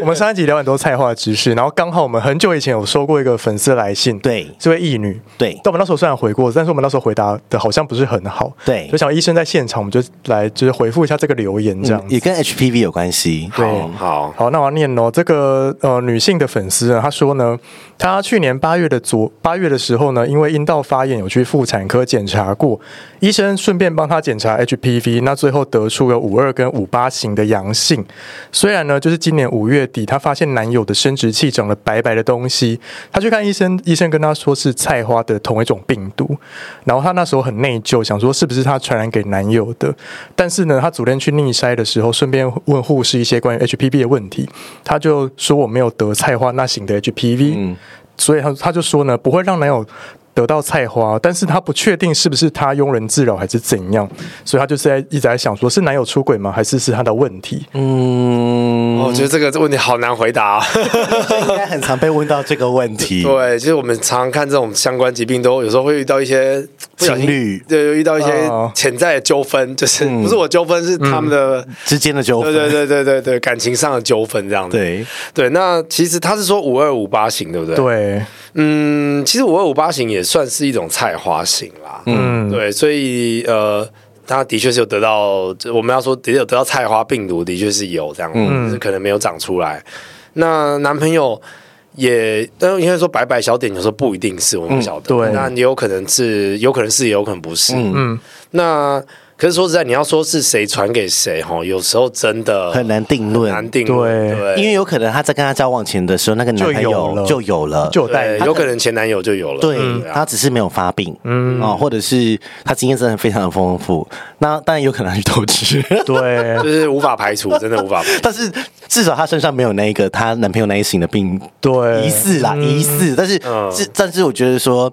我们上一集聊很多菜花的知识，然后刚好我们很久以前有收过一个粉丝来信，，对这位义女。对但我们那时候虽然回过，但是我们那时候回答的好像不是很好，对就，想医生在现场，我们就来就是回复一下这个留言这样嗯子。也跟 HPV 有关系。好好，好，那我要念哦。这个呃，女性的粉丝啊，她说呢，她去年八月的昨八月的时候呢，因为阴道发炎有去妇产科检查过，医生顺便帮她检查 HPV，那最后得出了五二跟五八型的阳性。虽然呢，就是今年五月底，她发现男友的生殖器长了白白的东西，她去看医生，医生跟她说是菜花的同一种病毒，然后她那时候很内疚，想说是不是她传染给男友的，但是呢，她昨天去逆筛的时候，顺便问护士一些关于 HPV 的问题，她就说我没有得菜花那型的 HPV，、所以她她就说呢，不会让男友。得到菜花，但是她不确定是不是她庸人自扰还是怎样，所以她就是在一直在想，说是男友出轨吗，还是是她的问题？嗯，哦我觉得这个问题好难 回答、啊。这应该很常被问到这个问题。对，就是我们常常看这种相关疾病，都有时候会遇到一些不小心情侣嗯对，遇到一些哦潜在的纠纷，就是不是我纠纷，是他们的，之间的纠对纷，对对对对对，感情上的纠纷这样子。嗯对对，那其实他是说五二五八型，对不对？，对，嗯，其实五二五八型也算是一种菜花型啦。嗯，对，所以呃，他的确是有得到，就我们要说的确有得到菜花病毒，的确是有这样，嗯，是可能没有长出来。那男朋友也，但应该说白白小点，有时候不一定是我们不晓得，对那也有可能是，有可能是，也有可能不是，嗯嗯，那。可是说实在，你要说是谁传给谁，哈，有时候真的很难定论，难定论，对对，因为有可能他在跟他交往前的时候，那个男朋就有了友就有了，就有代对理，有可能前男友就有了，对、啊他只是没有发病，嗯哦，或者是他经验真的非常的丰富，那当然有可能他去偷吃，对，就是无法排除，真的无法排除。但是至少她身上没有那一个她男朋友那一型的病对疑似啦，疑似。但是，嗯这但是我觉得说，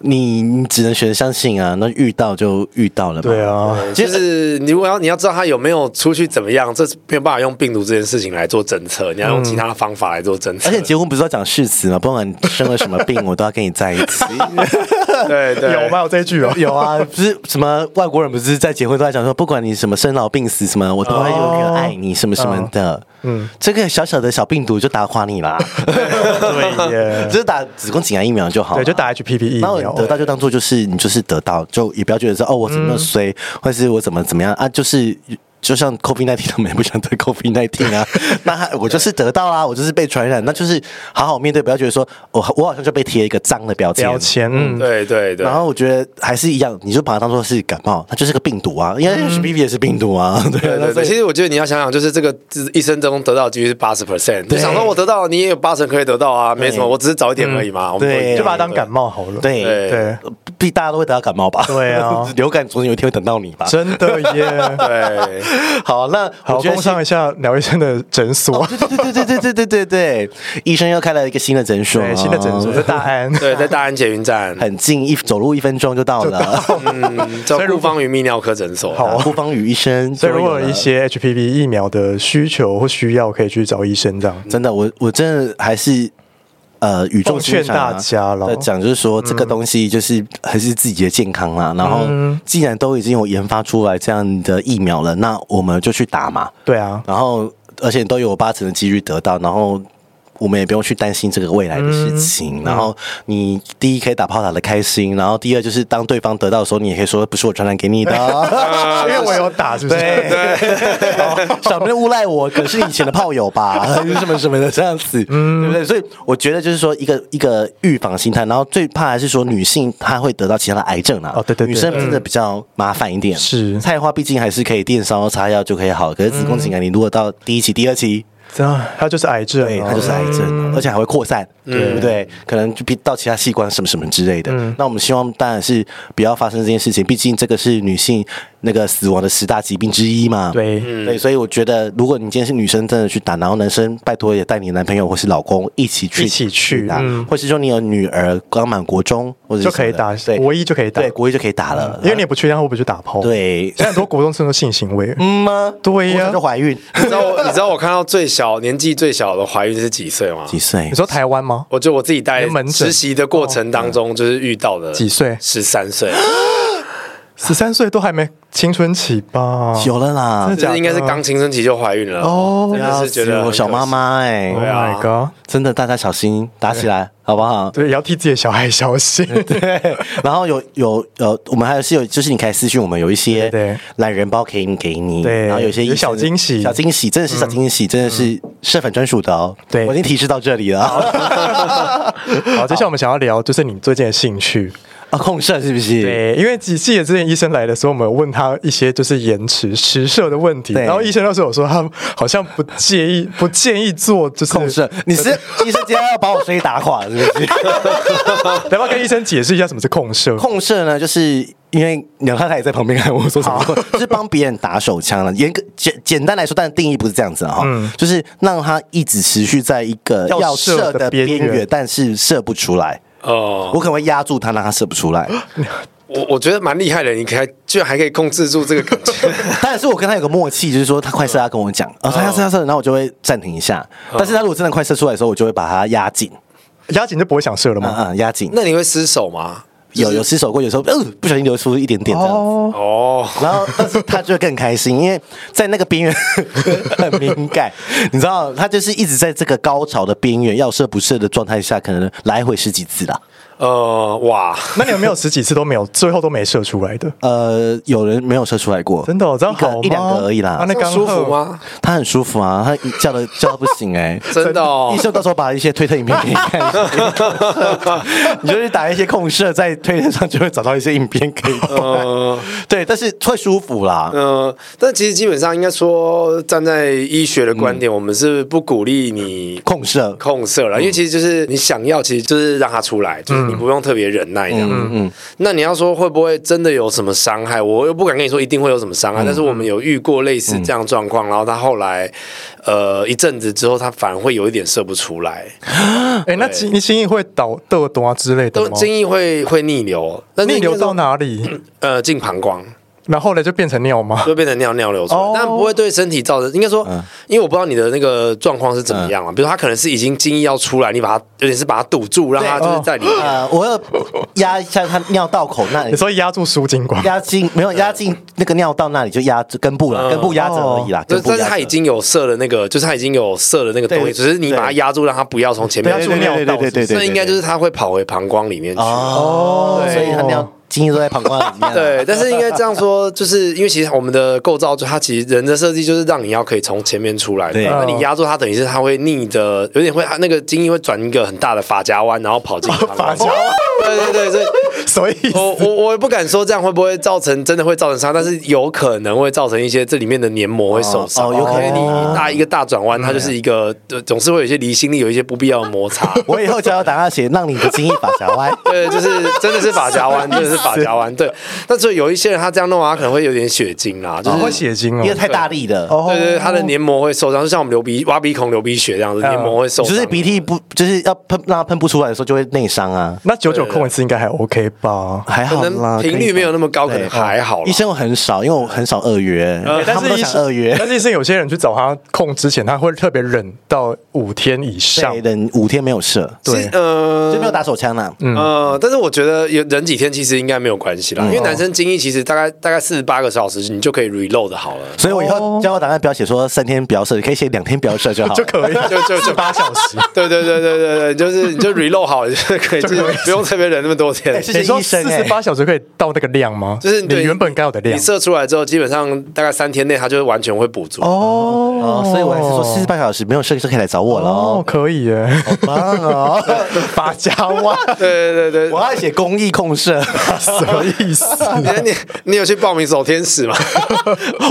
你你只能选择相信啊，那遇到就遇到了嘛。对，呃啊， 就是你如果要你要知道他有没有出去怎么样，这是没有办法用病毒这件事情来做侦测，你要用其他的方法来做侦测。而且结婚不是要讲誓词吗？不管生了什么 病，我都要跟你在一起。 对啊对，有 吗？有这一句哦，有啊，不是什么外国人不是在结婚都在讲说，不管你什么生老病死什么，我都会永远爱你什么什么哦的。嗯，这个小小的小病毒就打垮你啦， 对耶， 就是打子宫颈癌疫苗就好了。对，就打 HPV 疫然后苗你，得到就当做就是你就是得到，就也不要觉得说哦我怎么嗯那么衰，或是我怎么怎么样啊，就是就像 COVID nineteen 他们也不想得 COVID nineteen 啊， 那他我就是得到啦、我就是被传染，那就是好好面对，不要觉得说我我好像就被贴一个脏的标签。标签，嗯，对对对然。后我觉得还是一样，你就把它当做是感冒，它就是个病毒啊，因为嗯 HPV 也是病毒啊，对对对那所对，以其实我觉得你要想想，就是这个一生中得到的几率是八十 percent，就想说我得到，你也有八成可以得到啊，没什么，我只是早一点而已嘛。我们都一对样就把它当感冒好了，对对对，必大家都会得到感冒吧？对啊 流感总有一天会等到你吧？真的 耶。对，好，那 好，我觉得哦工商一下鸟医生的诊所，对对对对对对对，医生又开了一个新的诊所，哦对，新的诊 所在大安。对，在大安捷运站，很近，一走路一分钟就到 了。哦嗯，叫顾方宇泌尿科诊所。好顾方宇医生，所以如果终于有有了一些 HPV 疫苗的需求或需要，可以去找医生这样。真的，我我真的还是。呃，语重心长啊奉劝大家啦在讲就是说，这个东西就是还是自己的健康啦。然后，嗯既然都已经有研发出来这样的疫苗了，那我们就去打嘛。对啊，然后，而且都有八成的几率得到，然后我们也不用去担心这个未来的事嗯情。然后，你第一可以打炮打的开心，然后第二就是当对方得到的时候，你也可以说不是我传染给你的哦、 因为我有打，是不是？ 对，小妹诬赖我，可是以前的炮 友吧，什么什么的这样子，嗯对不对？所以我觉得就是说一个一个预防心态，然后最怕还是说女性她会得到其他的癌症啊，哦对对对嗯女生真的比较麻烦一点，是菜花毕竟还是可以电烧擦药就可以好，可是子宫颈啊嗯癌你如果到第一期、第二期，这样它就是癌症对，啊，它就是癌症，而且还会扩散，对不对？可能就比到其他嗯器官什么什么之类的。那我们希望当然是不要发生这件事情，毕竟这个是女性那个死亡的十大疾病之一嘛。对，对，所以我觉得，如果你今天是女生，真的去打，然后男生拜托也带你男朋友或是老公一起去，一起去打，嗯或是说你有女儿刚满国中或者是就可以什么打的对，国一就可以打，嗯对国一就可以打了，因为你也不确定他会不会去打炮。， 对，现在很多国中生都性行为， 嗯吗？对呀国小 就怀孕，你知道我，你知道我看到最小年纪最小的怀孕是几岁吗？几岁你？说台湾吗？我就我自己带连门诊哦实习的过程当中，就是遇到的几岁十三岁，十三岁都还没青春期吧？有了啦真的，假这应该是刚青春期就怀孕了哦真的是觉得我很小妈妈哎 Oh，啊 my god！真的大家小心打起来好不好？对，也要替自己的小孩小心。 对，然后有有呃，我们还有是有，就是你可以私讯我们有一对些对懒人包可以给你，对然后有一些有医生小惊喜嗯小惊喜真的是小惊喜，真的是社粉专属的哦。对我已经提示到这里了。 好，接下来我们想要聊就是你最近的兴趣。 啊，控射是不是？，对，因为记记得之前医生来的时候，我们有问他一些就是延迟迟射的问题，对然后医生那时候有说他好像不介意 不建议做就是控射，你 是医生今天要把我声音打垮了是不是？要不要跟医生解释一下什么是控射？控射呢，就是因为你看他也在旁边看我说什么， 就是帮别人打手枪了。严格简简单来说，但定义不是这样子啊哈、就是让他一直持续在一个要要射射的的边边缘缘，但是射不出来。哦、我可能会压住他，让他射不出 来。我我觉得蛮厉害的，你还居然还可以控制住这个感觉。 但是我跟他有个默契，就是说他快射，他跟我讲，哦，他哦要射，他射，然后我就会暂停一下。但是他如果真的快射出来的时候，我就会把他压紧，压紧就不会想射了嗯吗？嗯，压紧。那你会失手吗？有有失手过，有时候呃不小心流出一点点这样子。哦，哦，然后，但是他就更开心，因为在那个边缘很敏感，你知道，他就是一直在这个高潮的边缘，要射不射的状态下，可能来回十几次啦。呃，哇，那你有没有十几次都没有，最后都没射出来的？呃，有人没有射出来过，真的、哦，这样一个好吗一两个而已啦啊，那这刚样好舒服？吗？他很舒服啊，他一叫的叫到不行哎、真的 哦医，生到时候把一些推特影片给你看，你就去打一些控射，在推特上就会找到一些影片可 以看。呃对，但是会舒服啦。呃，但其实基本上应该说，站在医学的观嗯点，我们是不鼓励你控射，控色了，因为其实就是你想要，其实就是让它出来，就是嗯你不用特别忍耐这样。嗯嗯。那你要说会不会真的有什么伤害？我又不敢跟你说一定会有什么嗯伤害，但是我们有遇过类似这样的状况，然后他后来呃一阵子之后，他反而会有一点射不出来，哎、那精你精液会导豆多啊之类的都吗？精液会会逆流，但是逆流应该说到？哪 里？呃，进膀胱。然后呢就变成尿吗？会变成尿尿流出来，哦嗯但不会对身体造成。应该说，因为我不知道你的那个状况是怎么样啊，比如说他可能是已经精液要出来，你把它有点是把它堵住，让它哦就是在里面。呃，我要压一下他尿道口那里你，说压住输精管？压进没有压进那个尿道那里就压着根部了，根部压着而已啦。根就是部嗯哦但压是着他已经有射了那个，就是他已经有射了那个东对西，只是你把它对压住，让它不要从前不面要对住对尿道，对对对对那应该就是它会跑回膀胱里面去。哦，对所以他尿精液都在膀胱里面啊。对，但是应该这样说，就是因为其实我们的构造，就它其实人的设计就是让你要可以从前面出来的。对那你压住它，等于是它会逆的，有点会它那个精液会转一个很大的发夹弯，然后哦跑进膀胱发夹弯。对对对，所以 所以我我我也不敢说这样会不会造成真的会造成伤，但是有可能会造成一些这里面的黏膜会受伤，哦哦有可能因为你大一个大转弯，它就是一个呃总是会有一些离心力，有一些不必要的摩 擦。我以后就要打他写，让你的精液把夹 歪。对，就是真的是发夹弯，真的是发夹弯。对，但所以有一些人他这样弄啊，他可能会有点血精啦，就哦是会血精哦因为。太大力了。哦对对，对他的黏膜会受伤，就像我们流鼻挖鼻孔流鼻血这样子，黏膜会受嗯就伤。是鼻涕不，就是要喷，让它喷不出来的时候就会内伤啊，那九九控一次应该还 OK 吧？还好可啦，能频率没有那么高，对哦可能还好啦。嗯医生我很少，因为我很少二约，呃他但们是都医想二约生，，但是医生有些人去找他控之前，他会特别忍到五天以上对，。等五天没有射，对是呃就没有打手枪啦。呃，但是我觉得有忍几天其实应该没有关系啦，嗯因为男生精液其实大概大概四十八个小时你就可以 reload 好了。所以我以后交友档案不要写说三天不要射，可以写两天不要射就好了，就可以，哦 就就就八小时。 对对对对对对，就是你就 reload 好了就可以，就是不用特别忍那么多天哎。是你说医生四欸十八小时可以到那个量吗？就是你对原本该有的量你。射出来之后，基本上大概三天内它就完全会补足。哦哦，所以我还是说四十八小时没有射就可以来找我了哦哦，，可以耶，好棒 哦！八加万，对对对我对。要写公益控 射，什么意思？你你你有去报名守天使吗？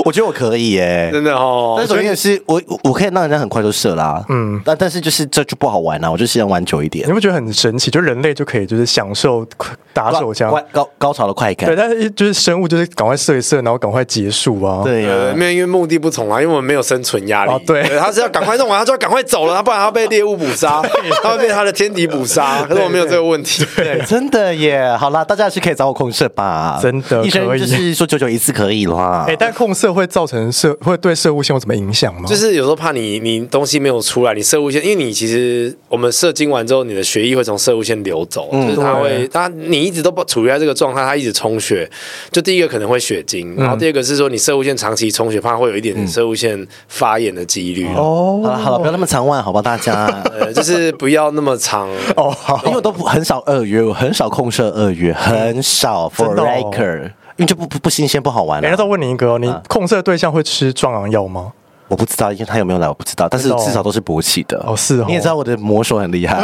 我觉得我可以哎耶。真的哦但，首先是我我我可以让人家很快就射啦，嗯，但啊但是就是这就不好玩啦，我就希望玩久一点你。会觉得很神奇，就人类就可以就是享受打手枪。快高高潮的快感对，。但是一就是生物，就是赶快射一射，然后赶快结束啊。，对呀、呃，没有，因为目的不同啊，因为我们没有生存压力。哦对他是要赶快弄完，他就要赶快走了，他不然他被猎物捕杀，他会被他的天敌捕杀。可是我没有这个问题。对，真的耶！好啦，大家还是可以找我控射吧，真的医生可以就是说九九一次可以啦。哎、但控射会造成射会对射物线有什么影响吗？就是有时候怕你你东西没有出来，你射物线，因为你其实我们射精完之后，你的血液会从射物线流走，就是它会它你一直都不处于在这个状态，它一直充血。就第一个可能会血精，然后第二个是说你射物线长期充血，怕会有一点点射物线发炎的几率。哦，哦好了好了，不要那么长晚，好吧，大家。呃，就是不要那么长。哦，好，因为我都不很少二约，我很少控射二约，很少 for 真的哦 record，、因为就不不不新鲜，不好玩、哎、啊那。再问你一个、哦，你控射对象会吃壮阳药 吗？我不知道，因为他有没有来我不知道，但是真的哦至少都是勃起的。哦是哦你也知道我的魔手很 厉害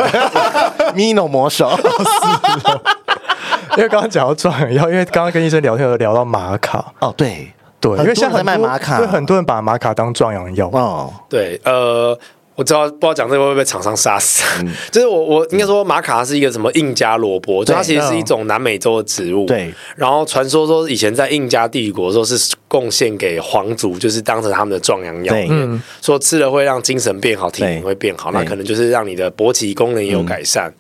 ，Mino 魔手。哦因为刚刚讲到壮阳药，因为刚刚跟医生聊天有聊到玛卡，哦，对，对，因为现在很多人在卖玛卡对，很多人把玛卡当壮阳药。哦，对，呃，我知道不知道讲这个会不会被厂商杀死？ 就是我我应该说玛卡是一个什么印加萝卜，就它其实是一种南美洲的植物。对，然后传说说以前在印加帝国的时候是贡献给皇族，就是当成他们的壮阳药。对嗯，说吃了会让精神变好，体对能会变好，那对嗯可能就是让你的勃起功能也有改善。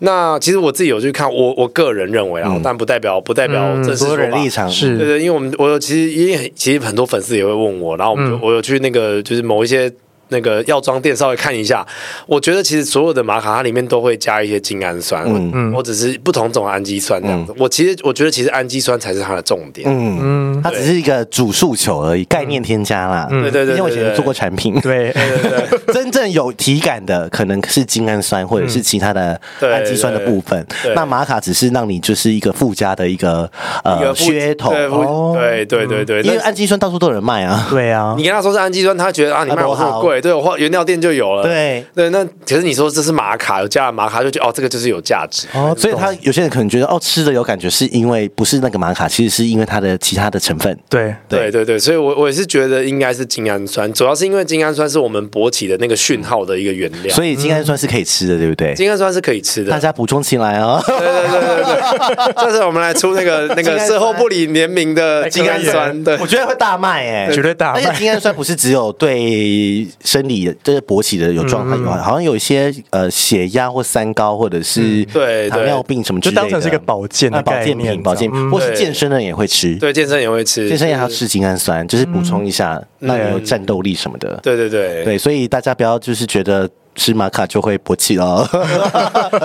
那其实我自己有去看，我我个人认为啊，但不代表不代表这是嗯所有说人法立场是对对，因为我们我有其实因为其实很多粉丝也会问我，然后我嗯们就、我有去那个就是某一些。那个药妆店稍微看一下，我觉得其实所有的玛卡它里面都会加一些精氨酸，嗯嗯，或者是不同种氨基酸这样子。我其实我觉得其实氨基酸才是它的重点，嗯嗯，它只是一个主诉求而已，概念添加啦。嗯对对对对因为我以前做过产品，对， 对对 对，真正有体感的可能是精氨酸或者是其他的嗯对氨基酸的部分对，对那玛卡只是让你就是一个附加的一个一个呃附噱头对附哦。对对对对，因为那氨基酸到处都有人卖啊，对啊你，跟他说是氨基酸，他觉得啊，你卖我这么贵，对我花原料店就有了。对 对，那可是你说这是玛卡，有加了玛卡，就觉得哦，这个就是有价值。哦，所以懂他有些人可能觉得哦，吃的有感觉是因为不是那个玛卡，其实是因为它的其他的成嗯分。对对对对，所以我我也是觉得应该是精氨酸，主要是因为精氨酸是我们勃起的那个讯号的一个原料，所以精氨酸是可以吃的，对不对？精氨酸是可以吃大的。家补充起来哦。对对对对对， 这次我们来出那个那精个氨酸售后不理联名的精氨酸，对我觉得会大卖哎，绝对大卖而且精氨酸不是只有对生理的，就是勃起的有状态有，嗯好像有一些呃血压或三高或者是嗯对糖尿病什么就之类当的，成是一个保健的啊保概健念品，保健这样嗯品，或是对健身的人也会吃，对，健身也会吃，健身也要吃精氨酸，嗯就是补充一下，让你有战斗力什么的。对对对嗯对对，所以大家不要就是觉得吃玛卡就会勃起哦。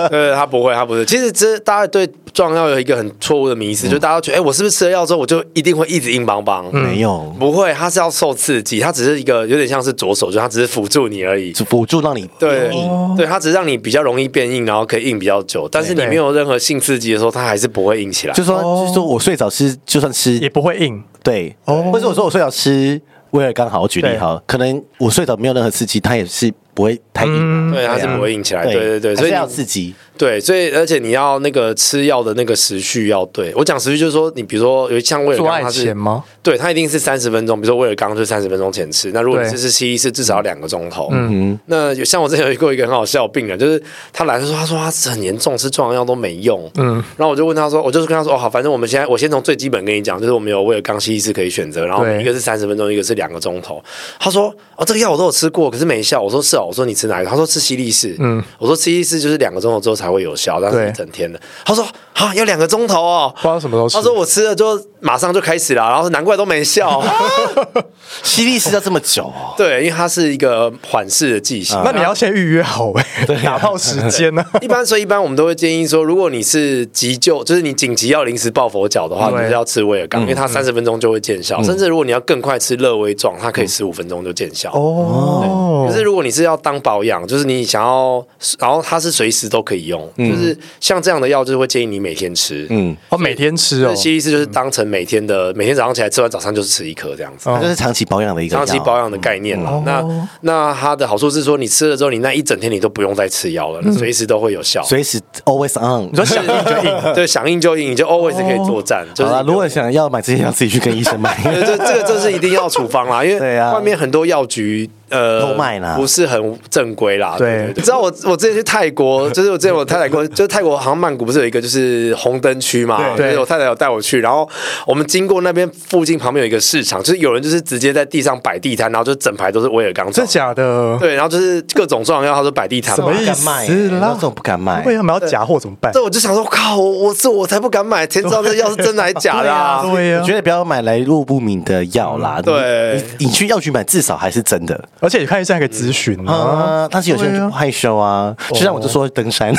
对，他不会，他不是。其实这大家对壮药有一个很错误的迷嗯思，就大家觉得，哎，我是不是吃了药之后我就一定会一直硬邦邦？没有，不会，它是要受刺激，它只是一个有点像是左手，就它只是辅助你而已。只辅助让你对变硬，对，它只是让你比较容易变硬，然后可以硬比较久。但是你没有任何性刺激的时候，它还是不会硬起来就。说就是说我睡早吃，就算吃哦也不会硬。对，哦或者我说我睡着吃威尔刚好，我举例对哈，可能我睡着没有任何刺激，它也是不会太嗯硬嘛，对，它是不会硬起来。对对对，还所是以要有你刺激，对，所以而且你要那个吃药的那个时序要对。我讲时序就是说，你比如说有像威尔做刚，爱它前是吗？对，它一定是三十分钟。比如说威尔刚就是三十分钟前吃，那如果你对这是西医是至少要两个钟头。嗯，那有像我之前有遇过一个很好笑的病人，就是他来的时候他说他是很严重，吃壮药都没用。嗯，然后我就问他说，我就是跟他说哦好，反正我们现在我先从最基本跟你讲，就是我们有威尔刚西医是可以选择，然后对一个是三十分钟，一个是两个钟头。他说哦这个药我都有吃过，可是没效。我说是哦，我说你吃哪一个？他说吃西力士。嗯，我说吃西力士就是两个钟头之后才会有效，但是对一整天的。他说啊要两个钟头哦，不知道什么时候吃他说我吃了就马上就开始了，然后难怪都没效。 吸力是要这么久哦。对，因为它是一个缓释的剂型。那你要先预约好哎、打炮时间 呢、一般，所以一般我们都会建议说，如果你是急救，就是你紧急要临时抱佛脚的话，你对嗯就是要吃威尔刚，因为它三十分钟就会见效。甚至如果你要更快吃乐威壮，它可以十五分钟就见效。嗯哦可是如果你是要当保养，就是你想要，然后它是随时都可以用，嗯就是像这样的药，就是会建议你每天吃。嗯，嗯，哦，每天吃哦西医是就是当成每天的，每天早上起来吃完早餐就是吃一颗这样子。它就是长期保养的一个长期保养，养的概念嗯啦。那那它的好处是说，你吃了之后，你那一整天你都不用再吃药了，你随时都会有效。随时 always on。你说 想硬就硬，对，想应就应，你就 always 可以作战。就好是啦，一个如果想 要买这些药，自己去跟医生买。对这这个这是一定要处方啦，因对为啊外面很多药局。呃偷卖啦不是很正规啦。对对，你知道我我之前去泰国， 就是我之前我太太跟我，就是泰国好像曼谷不是有一个就是红灯区嘛，对就是我太太有带我去，然后我们经过那边附近旁边有一个市场，就是有人就是直接在地上摆地摊，然后就整排都是威尔刚草真，假的？ 对，然后就是各种状况，他说摆地摊什嘛么。不意敢思卖、啦啊那种不敢卖。为什么要假货怎么办？哎这我就想说，靠，我我这我才不敢买，谁知道这药是真的还是假的啊？对呀、我觉得不要买来路不明的药啦。你嗯对你你去药局买，至少还是真的而且你看一下可以咨询啊，啊。但是有些人就不害羞啊，就像我就说登 山，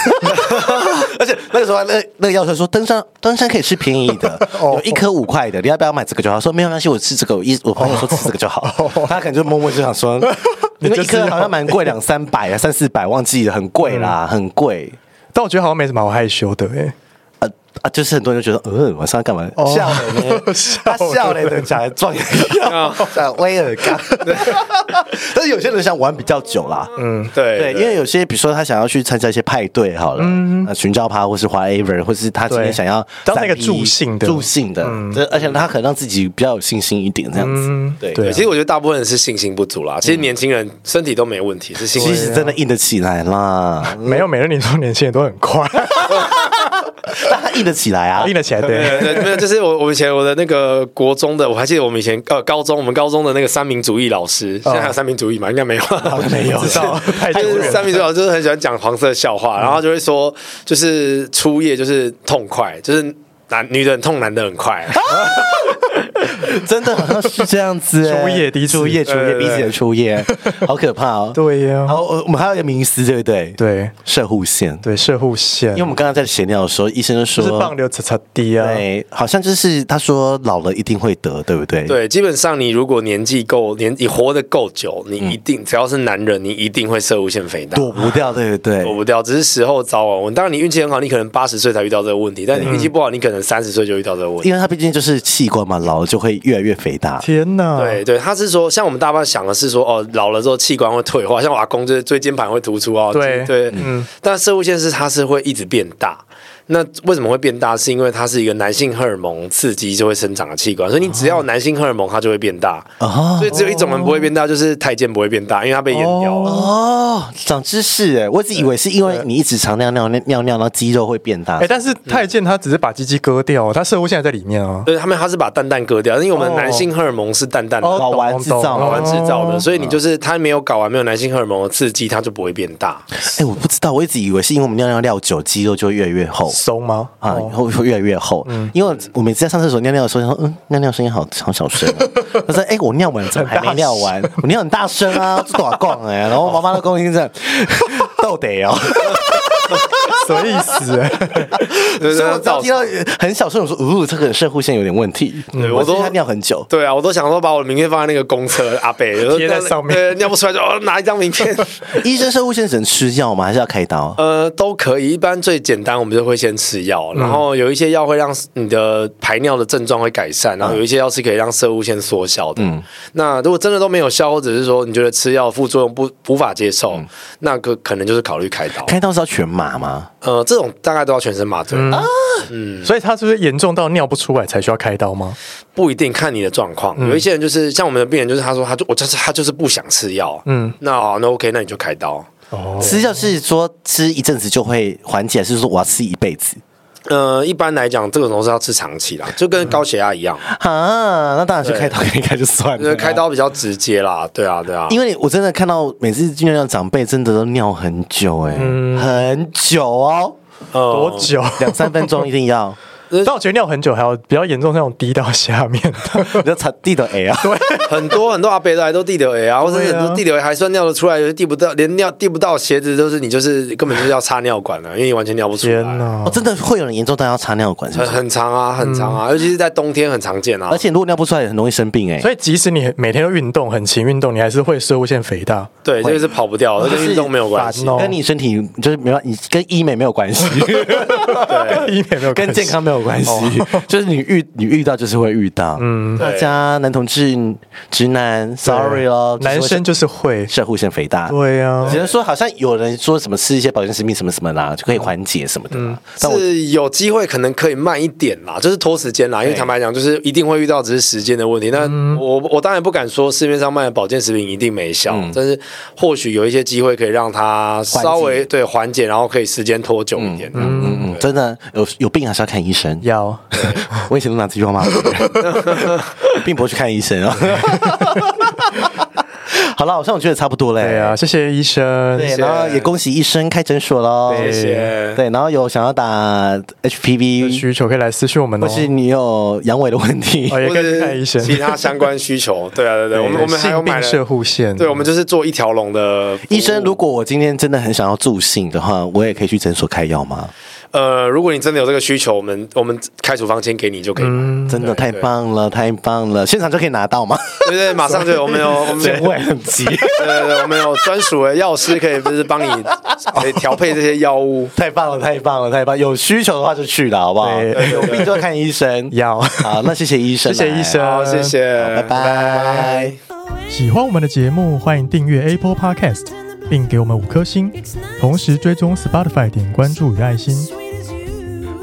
而且那个时候啊那那个药师说登山登山可以吃便宜 的，有一颗五块的，你要不要买这个就好？说没有关系，我吃这个，我一我朋友说吃这个就好，他可能就默默就想 说，你们一颗好像蛮贵，两三百啊，三四百，忘记了，很贵啦，很贵。但我觉得好像没什么好害羞的哎、？啊啊，就是很多人就觉得，呃，晚上要干嘛？ 笑脸呢 他笑脸的假的撞一样，像 威尔刚。但是有些人想玩比较久啦，嗯，对，对因为有些比如说他想要去参加一些派对，好了，嗯，群交趴或是 whatever，或是他今天对想要当那个 3P 助兴的嗯助兴的，这而且他可能让自己比较有信心一点，这样子，对对啊嗯其实我觉得大部分人是信心不足啦。其实年轻人身体都没问题，是信其心。实真的硬得起来啦， 没有每个你说年轻人都很 快，但他硬得起来 啊硬，了起来对。对对，没有，就是我我以前我的那个国中的，我还记得我们以前呃高中我们高中的那个三民主义老师，现在还有三民主义吗？应该没有，没有不知道太他久 就是远三了，民主义老师，就是很喜欢讲黄色笑话，然后就会说，就是初夜就是痛快，就是男女的很痛，男的很快。真的好像是这样子、欸。初夜第一次初夜，初对夜对第一次的 初夜，好可怕哦。对呀然后呃我们还有一个迷思，对不对？，对射护线。对，射护线因为我们刚刚在闲聊的时候，医生就就说，是棒流擦擦滴啊，对，好像就是他说老了一定会得，对不对？，对，基本上你如果年纪够年，你活得够久，你一定、只要是男人，你一定会射无限肥大。躲不掉，嗯对不对躲？不掉，只是时候早晚。当然，你运气很好，你可能八十岁才遇到这个问题；但你运气不好，你可能三十岁就遇到这个问题。因为他毕竟就是器官嘛，老了就会越来越肥大。天哪！对对，他是说，像我们大半想的是说，哦，老了之后器官会退化，像我阿公就是椎间盘会突出啊。对对，嗯。但射物线是它是会一直变大。那为什么会变大？是因为它是一个男性荷尔蒙刺激就会生长的器官，所以你哦只要有男性荷尔蒙，它就会变大。哦所以只有一种人不会变大，就是太监不会变大，因为它被阉掉了。哦，长知识哎！我一直以为是因为你一直常尿尿尿尿尿，然后肌肉会变大哎，。但是太监他只是把鸡鸡割掉，啊他射护线还在里面啊。嗯对他们，他是把蛋蛋割掉，因为我们哦男性荷尔蒙是蛋蛋的哦睾丸制造睾懂丸制造的，哦所以你就是它没有睾丸，没有男性荷尔蒙的刺激，它就不会变大。哎，我不知道，我一直以为是因为我们尿尿尿久，肌肉就会越来越厚。松吗？哦啊，会会越来越厚，因为我每次在上厕所尿尿的时候，想说嗯，尿尿声音好好小声、啊。 我说，哎、我尿完了怎么还没尿完？我尿很大声啊，这多少逛哎、然后妈妈都跟我听这样， 到底 哦。什么意思？哎对所以我只要造听到很小声，我说，呜、这个射护线有点问题。对我我都说他尿很久。对啊，我都想说把我的名片放在那个公车阿 北贴在上面对，尿不出来就哦拿一张名 片。 医生射护线只能吃药吗？还是要开刀？呃，都可以，一般最简单我们就会先吃药，嗯然后有一些药会让你的排尿的症状会改嗯善，然后有一些药是可以让射物线缩小的。那如果真的都没有效，或者是说你觉得吃药副作用不无法接受，嗯那个可能就是考虑开刀。开刀是要全麻吗？呃，这种大概都要全身麻醉，嗯所以他是不是严重到尿不出来才需要开刀吗？不一定看你的状况。嗯有一些人就是像我们的病人，就是他说他就我就是他就是不想吃药，嗯，那好那 OK，那你就开刀。哦，吃药是说吃一阵子就会缓解，还是说我要吃一辈子呃，一般来讲，这种都是要吃长期啦，就跟高血压一样，嗯啊？那当然去开刀给你开就算因为了。开刀比较直接啦，对啊，对啊，因为我真的看到每次尿尿长辈真的都尿很久哎、嗯很久哦，呃多久？两三分钟一定 要，但我觉得尿很久还有比较严重那种滴到下面的，你就擦地的 A 啊，很多很多阿伯来都地流 A 啊，或 者对啊很多地流 A 还算尿得出来，有些地不到，连尿地不到鞋子都是你就是根本就是要插尿管了，因为你完全尿不出天来。哪哦，！真的会有人严重到要插尿管是不很是？很长啊，很长嗯啊，尤其是在冬天很常见啊哎而。且如果尿不出来，也很容易生病哎、所以即使你每天都运动，很勤运动，你还是会射物线肥大。对，这个是跑不掉的，就跟是运动没有关系烦。哦跟你身体就是没有，你跟医美没有关系， 跟医美没有关 跟系哦健康没有关系，哦 就是你遇你遇到就是会遇到。嗯，大家男同志、直男，sorry 啊哦，啊男生就是会，射护腺肥大。对啊呀只，能说好像有人说什么吃一些保健食品什么什么啦，就可以缓解什么的啦。但我是有机会可能可以慢一点啦，就是拖时间啦。因为坦白讲，就是一定会遇到只是时间的问题。那我我当然不敢说市面上卖的保健食品一定没效，但是或许有一些机会可以让它稍微对缓解，然后可以时间拖久一点。嗯嗯，真的有有病还是要看医生。要 我以前都拿这句话骂别 人，并不会去看医生啊。好了，好像我觉得差不多嘞。对啊，谢谢医生，对，然后也恭喜医生开诊所喽。谢谢。对，然后有想要打有 HPV，需求可以来私讯我们哦或，是你有阳痿的问题 哦，，也或可者以是看医生。其他相关需求，对啊，对对，我们我们还有性买病射了，护线，对，我们就是做一条龙的服务医生，如果我今天真的很想要助兴的话，我也可以去诊所开药吗？呃，如果你真的有这个需求，我们我们开处方签给你就可以买，嗯真的对太对棒了，太棒了！现场就可以拿 到吗？对对，马上就有，我们有 我们有。也很急，对对对，我们有专属的药师可以就是帮你可以调配这些药物。太棒了，太棒了，太棒！有需求的话就去了，好不好？对有病就看医生。 要。好，那谢谢医生，哎谢谢医生好，哦谢谢，拜拜。喜欢我们的节目，欢迎订阅 Apple Podcast，并给我们五颗星，同时追踪 Spotify 点关注与爱心。